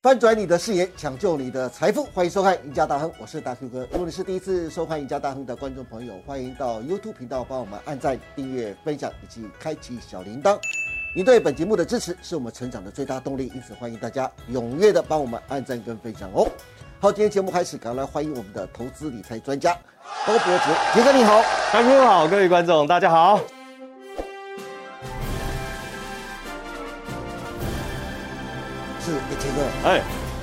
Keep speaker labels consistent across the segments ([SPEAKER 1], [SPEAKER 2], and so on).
[SPEAKER 1] 翻转你的视野，抢救你的财富，欢迎收看《赢家大亨》，我是大 Q 哥。如果你是第一次收看《赢家大亨》的观众朋友，欢迎到 YouTube 频道帮我们按赞、订阅、分享以及开启小铃铛。您对本节目的支持是我们成长的最大动力，因此欢迎大家踊跃的帮我们按赞跟分享哦。好，今天节目开始，赶快来欢迎我们的投资理财专家高博哲，杰哥你好。
[SPEAKER 2] 大哥好，各位观众大家好。
[SPEAKER 1] 是，哎杰哥，
[SPEAKER 2] 哎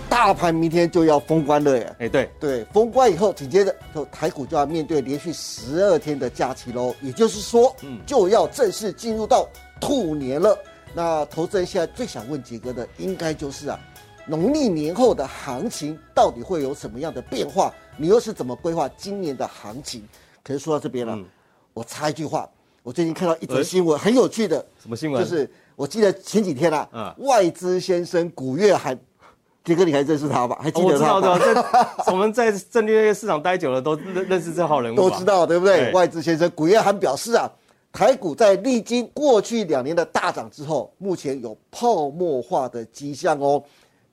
[SPEAKER 1] 大盘明天就要封关了耶。
[SPEAKER 2] 哎，对，
[SPEAKER 1] 对，封关以后，紧接着就台股就要面对连续十二天的假期喽，也就是说，
[SPEAKER 2] 嗯
[SPEAKER 1] 就要正式进入到兔年了。那投资人现在最想问杰哥的，应该就是啊，农历年后的行情到底会有什么样的变化？你又是怎么规划今年的行情？可是说到这边了、啊我插一句话，我最近看到一则
[SPEAKER 2] 嗯哎
[SPEAKER 1] 新闻，很有趣的，
[SPEAKER 2] 什么新闻
[SPEAKER 1] 就是我记得前几天啊，
[SPEAKER 2] 嗯
[SPEAKER 1] 外资先生古月涵，杰哥你还认识他吧？还记
[SPEAKER 2] 哦我
[SPEAKER 1] 得
[SPEAKER 2] 知
[SPEAKER 1] 他吧？
[SPEAKER 2] 道，知道，在 我们在证券市场待久了，都认认识这号人物吧
[SPEAKER 1] 都知。道，对不对？
[SPEAKER 2] 对
[SPEAKER 1] 外资先生古月涵表示啊，台股在历经过去两年的大涨之后，目前有泡沫化的迹象哦。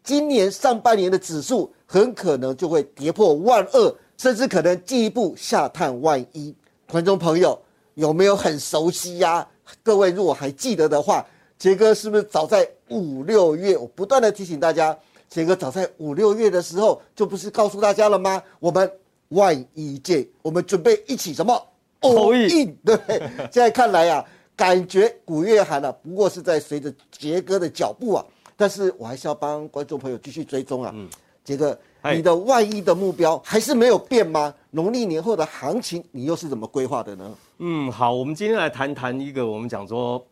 [SPEAKER 1] 今年上半年的指数很可能就会跌破万二，甚至可能进一步下探万一。观众朋友有没有很熟悉呀、各位如果还记得的话，杰哥是不是早在五六月，我不断的提醒大家，杰哥早在五六月的时候就不是告诉大家了吗？我们万一见，我们准备一起什么？
[SPEAKER 2] 后裔
[SPEAKER 1] in，对 不对？现在看来啊，感觉古月涵啊，不过是在随着杰哥的脚步啊，但是我还是要帮观众朋友继续追踪
[SPEAKER 2] 嗯
[SPEAKER 1] 啊。杰哥，
[SPEAKER 2] 嗨
[SPEAKER 1] 你的万一的目标还是没有变吗？农历年后的行情，你又是怎么规划的呢？
[SPEAKER 2] 嗯，好，我们今天来谈谈一个我们讲说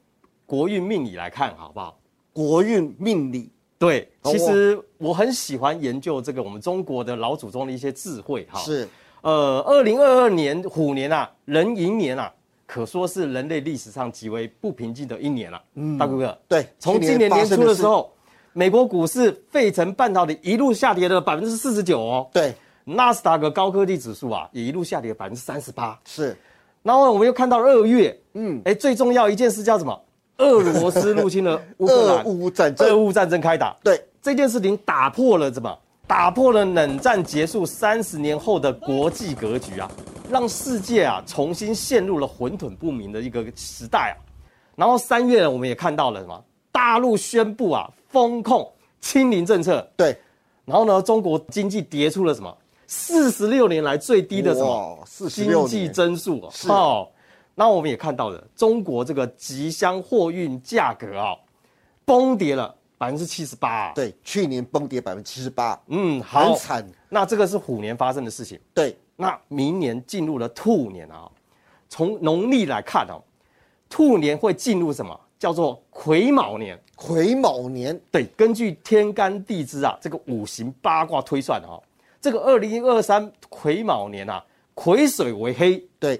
[SPEAKER 2] 国运命理来看好不好？
[SPEAKER 1] 国运命理
[SPEAKER 2] 对，
[SPEAKER 1] 哦
[SPEAKER 2] 其实我很喜欢研究这个我们中国的老祖宗的一些智慧哈。。
[SPEAKER 1] 是
[SPEAKER 2] 呃，二零二二年虎年啊，壬寅年啊，可说是人类历史上极为不平静的一年了、大哥哥，
[SPEAKER 1] 嗯对
[SPEAKER 2] 从
[SPEAKER 1] 去
[SPEAKER 2] 今年
[SPEAKER 1] 发
[SPEAKER 2] 年
[SPEAKER 1] 生
[SPEAKER 2] 初的
[SPEAKER 1] 事
[SPEAKER 2] 时，候，美国股市费城半导体一路下跌了百分之四十九哦，
[SPEAKER 1] 对，
[SPEAKER 2] 纳斯达克高科技指数啊也一路下跌百分之三十八。
[SPEAKER 1] 是
[SPEAKER 2] 然后我们又看到二月，嗯，哎，最重要一件事叫什么？俄罗斯入侵了乌克
[SPEAKER 1] 俄
[SPEAKER 2] 兰，
[SPEAKER 1] 乌战
[SPEAKER 2] 俄
[SPEAKER 1] 争，
[SPEAKER 2] 乌战争开打，
[SPEAKER 1] 对，
[SPEAKER 2] 这件事情打破了怎么？打破了冷战结束三十年后的国际格局啊，让世界啊重新陷入了混沌不明的一个时代啊。然后三月我们也看到了什么？大陆宣布啊风控清零政策，
[SPEAKER 1] 对，
[SPEAKER 2] 然后呢，中国经济跌出了什么？四十六年来最低的什么？
[SPEAKER 1] 哇，四十
[SPEAKER 2] 经
[SPEAKER 1] 六
[SPEAKER 2] 济
[SPEAKER 1] 年，
[SPEAKER 2] 增速
[SPEAKER 1] 是
[SPEAKER 2] 哦。那我们也看到了，中国这个吉箱货运价格啊、崩跌了百分之七十八。
[SPEAKER 1] 对，去年崩跌百分之七十八，
[SPEAKER 2] 嗯，
[SPEAKER 1] 很
[SPEAKER 2] 好。
[SPEAKER 1] 惨，
[SPEAKER 2] 那这个是虎年发生的事情。
[SPEAKER 1] 对，
[SPEAKER 2] 那明年进入了兔年啊，从农历来看哦，兔年会进入什么叫做癸卯年？
[SPEAKER 1] 癸卯年，
[SPEAKER 2] 对，根据天干地支啊，这个五行八卦推算啊，这个二零二三癸卯年啊，癸水为黑，
[SPEAKER 1] 对，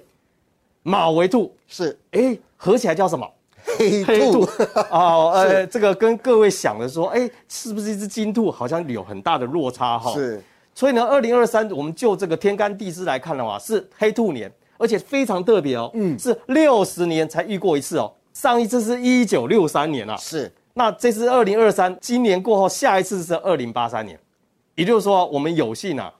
[SPEAKER 2] 卯为兔，
[SPEAKER 1] 是
[SPEAKER 2] 哎，合起来叫什么？
[SPEAKER 1] 黑
[SPEAKER 2] 黑
[SPEAKER 1] 兔
[SPEAKER 2] 兔，哦，呃，这个跟各位想的说，哎，是不是一只金兔？好像有很大的落差哈、
[SPEAKER 1] 是
[SPEAKER 2] 所以呢，二零二三我们就这个天干地支来看的话，是黑兔年，而且非常特别哦，嗯，是六十年才遇过一次哦，上一次是一九六三年啊，
[SPEAKER 1] 是，
[SPEAKER 2] 那这次二零二三，今年过后下一次是二零八三年，也就是说我们有幸啊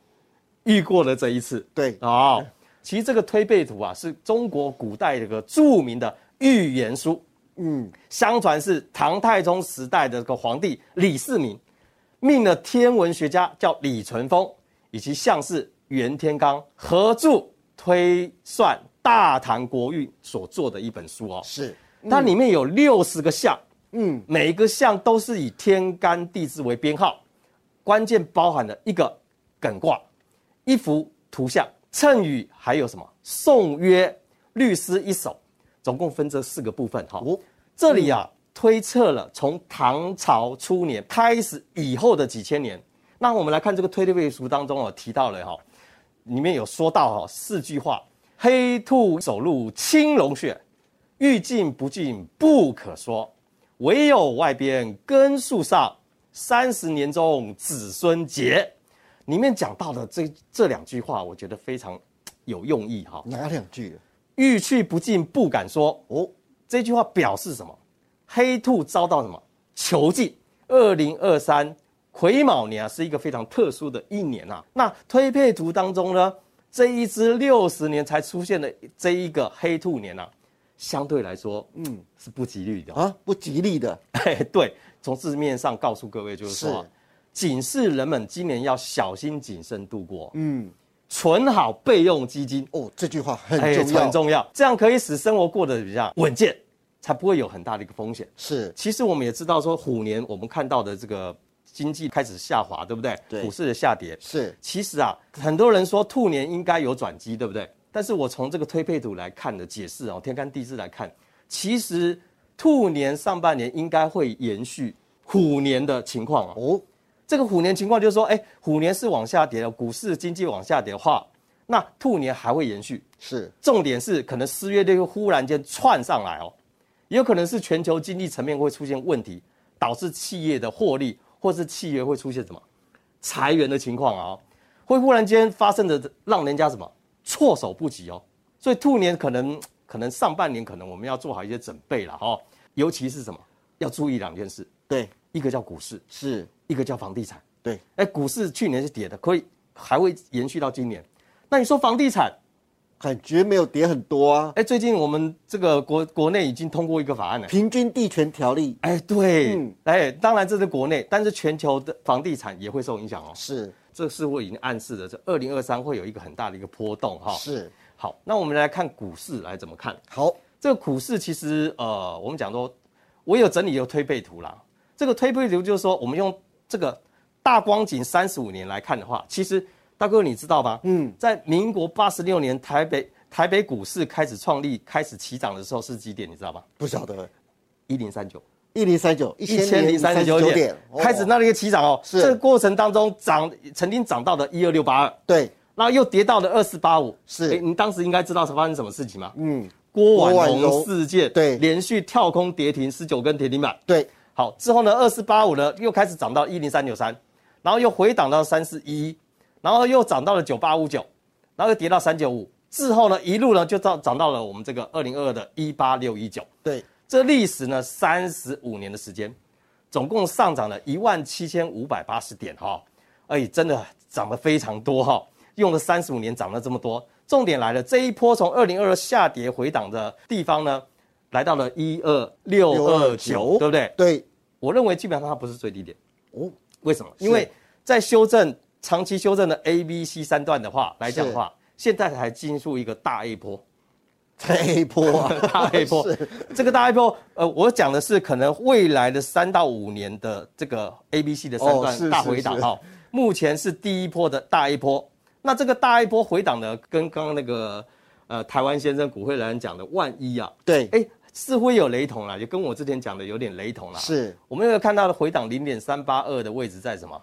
[SPEAKER 2] 遇过了这一次
[SPEAKER 1] 对，
[SPEAKER 2] 哦。其实这个推背图啊，是中国古代这个著名的预言书，
[SPEAKER 1] 嗯，
[SPEAKER 2] 相传是唐太宗时代的这个皇帝李世民，命了天文学家叫李淳风以及相士袁天罡合著推算大唐国运所做的一本书哦。
[SPEAKER 1] 是
[SPEAKER 2] 它里面有六十个项，
[SPEAKER 1] 嗯
[SPEAKER 2] 嗯，每一个项都是以天干地支为编号，关键包含了一个艮卦、一幅图像、谶语，还有什么颂曰、律诗一首，总共分这四个部分哈。
[SPEAKER 1] 哦
[SPEAKER 2] 这里啊，推测了从唐朝初年开始以后的几千年。那我们来看这个推背书当中哦，提到了哈、里面有说到哈、四句话：黑兔走入青龙穴，欲进不进不可说，唯有外边根树上，三十年中子孙结。里面讲到的这这两句话，我觉得非常有用意哈、
[SPEAKER 1] 哪两句？
[SPEAKER 2] 欲去不进不敢说，
[SPEAKER 1] 哦，
[SPEAKER 2] 这句话表示什么？黑兔遭到什么囚禁？二零二三癸卯年啊是一个非常特殊的一年啊。那推背图当中呢，这一只六十年才出现的这一个黑兔年啊，相对来说，嗯，是不吉利的哦。
[SPEAKER 1] 啊，不吉利的，
[SPEAKER 2] 嘿，对，从字面上告诉各位就是说啊
[SPEAKER 1] 是，
[SPEAKER 2] 警示人们今年要小心谨慎度过，
[SPEAKER 1] 嗯，
[SPEAKER 2] 存好备用基金，
[SPEAKER 1] 哦，这句话很
[SPEAKER 2] 哎
[SPEAKER 1] 重要，
[SPEAKER 2] 很重要，这样可以使生活过得比较稳健，才不会有很大的一个风险。
[SPEAKER 1] 是
[SPEAKER 2] 其实我们也知道说，虎年我们看到的这个经济开始下滑，对不对？
[SPEAKER 1] 对
[SPEAKER 2] 股市的下跌。
[SPEAKER 1] 是，
[SPEAKER 2] 其实啊，很多人说兔年应该有转机，对不对？但是我从这个推背图来看的解释哦，天干地支来看，其实兔年上半年应该会延续虎年的情况哦。
[SPEAKER 1] 哦，
[SPEAKER 2] 这个虎年情况就是说，哎，虎年是往下跌的，股市经济往下跌的话，那兔年还会延续。
[SPEAKER 1] 是
[SPEAKER 2] 重点是可能失业率会忽然间窜上来哦，也有可能是全球经济层面会出现问题，导致企业的获利或是企业会出现什么裁员的情况啊、哦，会忽然间发生的让人家什么措手不及哦。所以兔年可能可能上半年可能我们要做好一些准备了哈、哦，尤其是什么要注意两件事，
[SPEAKER 1] 对，
[SPEAKER 2] 一个叫股市，
[SPEAKER 1] 是
[SPEAKER 2] 一个叫房地产。
[SPEAKER 1] 对，
[SPEAKER 2] 哎，股市去年是跌的，可以还会延续到今年。那你说房地产？
[SPEAKER 1] 感觉没有跌很多啊，
[SPEAKER 2] 哎，最近我们这个国国内已经通过一个法案了。
[SPEAKER 1] 平均地权条例
[SPEAKER 2] 哎，对，
[SPEAKER 1] 嗯
[SPEAKER 2] 哎，当然这是国内，但是全球的房地产也会受影响哦。
[SPEAKER 1] 是
[SPEAKER 2] 这是我已经暗示的，这二零二三会有一个很大的一个波动哈、
[SPEAKER 1] 是
[SPEAKER 2] 好，那我们来看股市来怎么看？
[SPEAKER 1] 好，
[SPEAKER 2] 这个股市其实呃，我们讲说，我有整理有推背图啦。这个推背图就是说，我们用这个大光景三十五年来看的话，其实大哥你知道吧？嗯，在民国八十六年台北台北股市开始创立、开始起涨的时候是几点？你知道吧？
[SPEAKER 1] 不晓得
[SPEAKER 2] 一零三九，
[SPEAKER 1] 一零三九一
[SPEAKER 2] 一千零三十九点，开始
[SPEAKER 1] 那
[SPEAKER 2] 那个起涨哦。
[SPEAKER 1] 是
[SPEAKER 2] 这个过程当中涨，曾经涨到的一二六八二，
[SPEAKER 1] 对
[SPEAKER 2] 然后又跌到了二四八五。
[SPEAKER 1] 是
[SPEAKER 2] 诶你当时应该知道是发生什么事情吗？
[SPEAKER 1] 嗯
[SPEAKER 2] 郭婉
[SPEAKER 1] 郭婉
[SPEAKER 2] 红
[SPEAKER 1] 蓉
[SPEAKER 2] 事件，
[SPEAKER 1] 对
[SPEAKER 2] 连续跳空跌停十九根跌停板。
[SPEAKER 1] 对
[SPEAKER 2] 好，之后呢，二四八五呢又开始涨到一零三九三，然后又回档到三四一，然后又涨到了九八五九，然后又跌到三九五，之后呢一路呢就到涨到了我们这个二零二二的一八六一九。
[SPEAKER 1] 对
[SPEAKER 2] 这历时呢三十五年的时间，总共上涨了一万七千五百八十点哈、哎，真的涨得非常多哈、用了三十五年涨了这么多。重点来了，这一波从二零二二下跌回档的地方呢，来到了一二六二九，
[SPEAKER 1] 629
[SPEAKER 2] 对不对？
[SPEAKER 1] 对
[SPEAKER 2] 我认为基本上它不是最低点，
[SPEAKER 1] 哦
[SPEAKER 2] 为什么？
[SPEAKER 1] 是
[SPEAKER 2] 因为在修正长期修正的 A、B、C 三段的话来讲的话，现在才进入一个大 A 波。
[SPEAKER 1] 这一波啊
[SPEAKER 2] 大黑波
[SPEAKER 1] 是，
[SPEAKER 2] 这个大黑波，呃，我讲的是可能未来的三到五年的这个 A、B、C 的三
[SPEAKER 1] 哦
[SPEAKER 2] 段
[SPEAKER 1] 是
[SPEAKER 2] 大
[SPEAKER 1] 是
[SPEAKER 2] 回档
[SPEAKER 1] 是
[SPEAKER 2] 哈、目前是第一波的大 A 波，那这个大 A 波回档呢，跟刚刚那个呃台湾先生古慧兰讲的万一啊，
[SPEAKER 1] 对
[SPEAKER 2] 哎，似乎有雷同啦，也跟我之前讲的有点雷同啦。
[SPEAKER 1] 是
[SPEAKER 2] 我们有看到的回档零点三八二的位置在什么？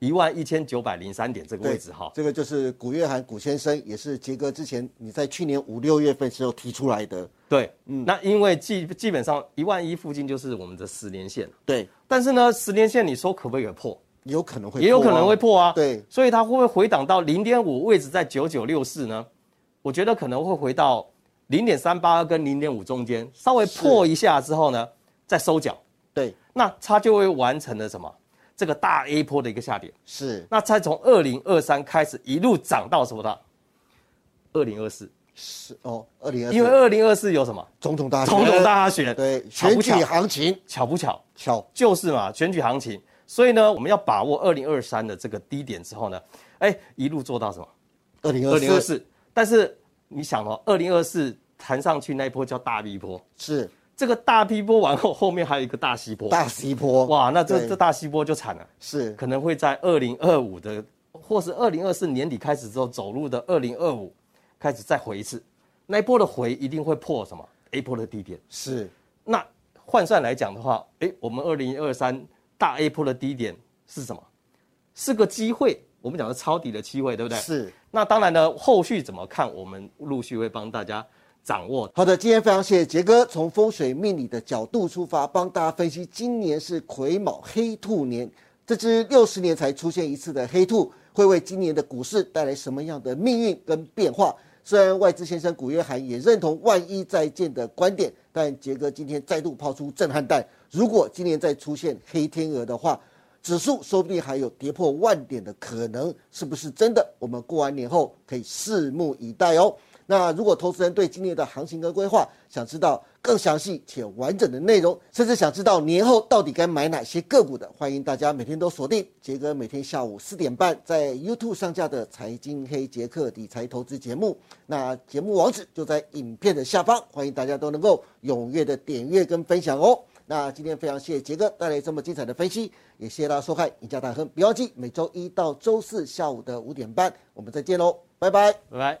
[SPEAKER 2] 一万一千九百零三点这个位置哈。
[SPEAKER 1] 这个就是古月涵古先生，也是杰哥之前你在去年五六月份时候提出来的，
[SPEAKER 2] 对，
[SPEAKER 1] 嗯
[SPEAKER 2] 那因为基基本上一万一附近就是我们的十年线。
[SPEAKER 1] 对，
[SPEAKER 2] 但是呢，十年线你说可不可以破？
[SPEAKER 1] 有可能会
[SPEAKER 2] 也有可
[SPEAKER 1] 破啊
[SPEAKER 2] 能会破啊。
[SPEAKER 1] 对，
[SPEAKER 2] 所以它会不会回档到零点五位置在九九六四呢？我觉得可能会回到零点三八跟零点五中间，稍微破一下之后呢，再收脚，
[SPEAKER 1] 对
[SPEAKER 2] 那它就会完成了什么？这个大 A 波的一个下跌，
[SPEAKER 1] 是
[SPEAKER 2] 那它从二零二三开始一路涨到什么的？二零二四，
[SPEAKER 1] 是哦，二零二
[SPEAKER 2] 因为二零二四有什么？
[SPEAKER 1] 总统大选
[SPEAKER 2] 总统大选，
[SPEAKER 1] 对
[SPEAKER 2] 巧
[SPEAKER 1] 选
[SPEAKER 2] 不
[SPEAKER 1] 举
[SPEAKER 2] 巧？
[SPEAKER 1] 行情
[SPEAKER 2] 巧不巧？
[SPEAKER 1] 巧
[SPEAKER 2] 就是嘛，选举行情。所以呢，我们要把握二零二三的这个低点之后呢，哎，一路做到什么？
[SPEAKER 1] 二零
[SPEAKER 2] 二
[SPEAKER 1] 二
[SPEAKER 2] 零二
[SPEAKER 1] 四
[SPEAKER 2] 四。但是你想哦，二零二四弹上去那一波叫大 V 波，
[SPEAKER 1] 是
[SPEAKER 2] 这个大 V 波完后，后面还有一个大西波。
[SPEAKER 1] 大西坡
[SPEAKER 2] 哇，那这
[SPEAKER 1] 对
[SPEAKER 2] 这大西波就惨了，
[SPEAKER 1] 是
[SPEAKER 2] 可能会在二零二五的，或是二零二四年底开始之后走入的二零二五开始再回一次，那一波的回一定会破什么 A 波的低点。
[SPEAKER 1] 是
[SPEAKER 2] 那换算来讲的话，哎，我们二零二三大 A 波的低点是什么？是个机会，我们讲的抄底的机会，对不对？。
[SPEAKER 1] 是。
[SPEAKER 2] 那当然呢，后续怎么看，我们陆续会帮大家掌握。
[SPEAKER 1] 好的，今天非常谢谢杰哥从风水命理的角度出发，帮大家分析今年是癸卯黑兔年，这只六十年才出现一次的黑兔会为今年的股市带来什么样的命运跟变化？虽然外资先生古约涵也认同万一再见的观点，但杰哥今天再度抛出震撼弹：如果今年再出现黑天鹅的话，指数说不定还有跌破万点的可能，是不是真的？我们过完年后可以拭目以待哦。那如果投资人对今年的行情跟规划想知道更详细且完整的内容，甚至想知道年后到底该买哪些个股的，欢迎大家每天都锁定杰哥每天下午四点半在 YouTube 上架的《财经黑杰克理财投资》节目。那节目网址就在影片的下方，欢迎大家都能够踊跃的点阅跟分享哦。那今天非常谢谢杰哥带来这么精彩的分析，也谢谢大家收看《赢家大亨》，不要忘记每周一到周四下午的五点半，我们再见喽，拜拜。
[SPEAKER 2] 拜拜。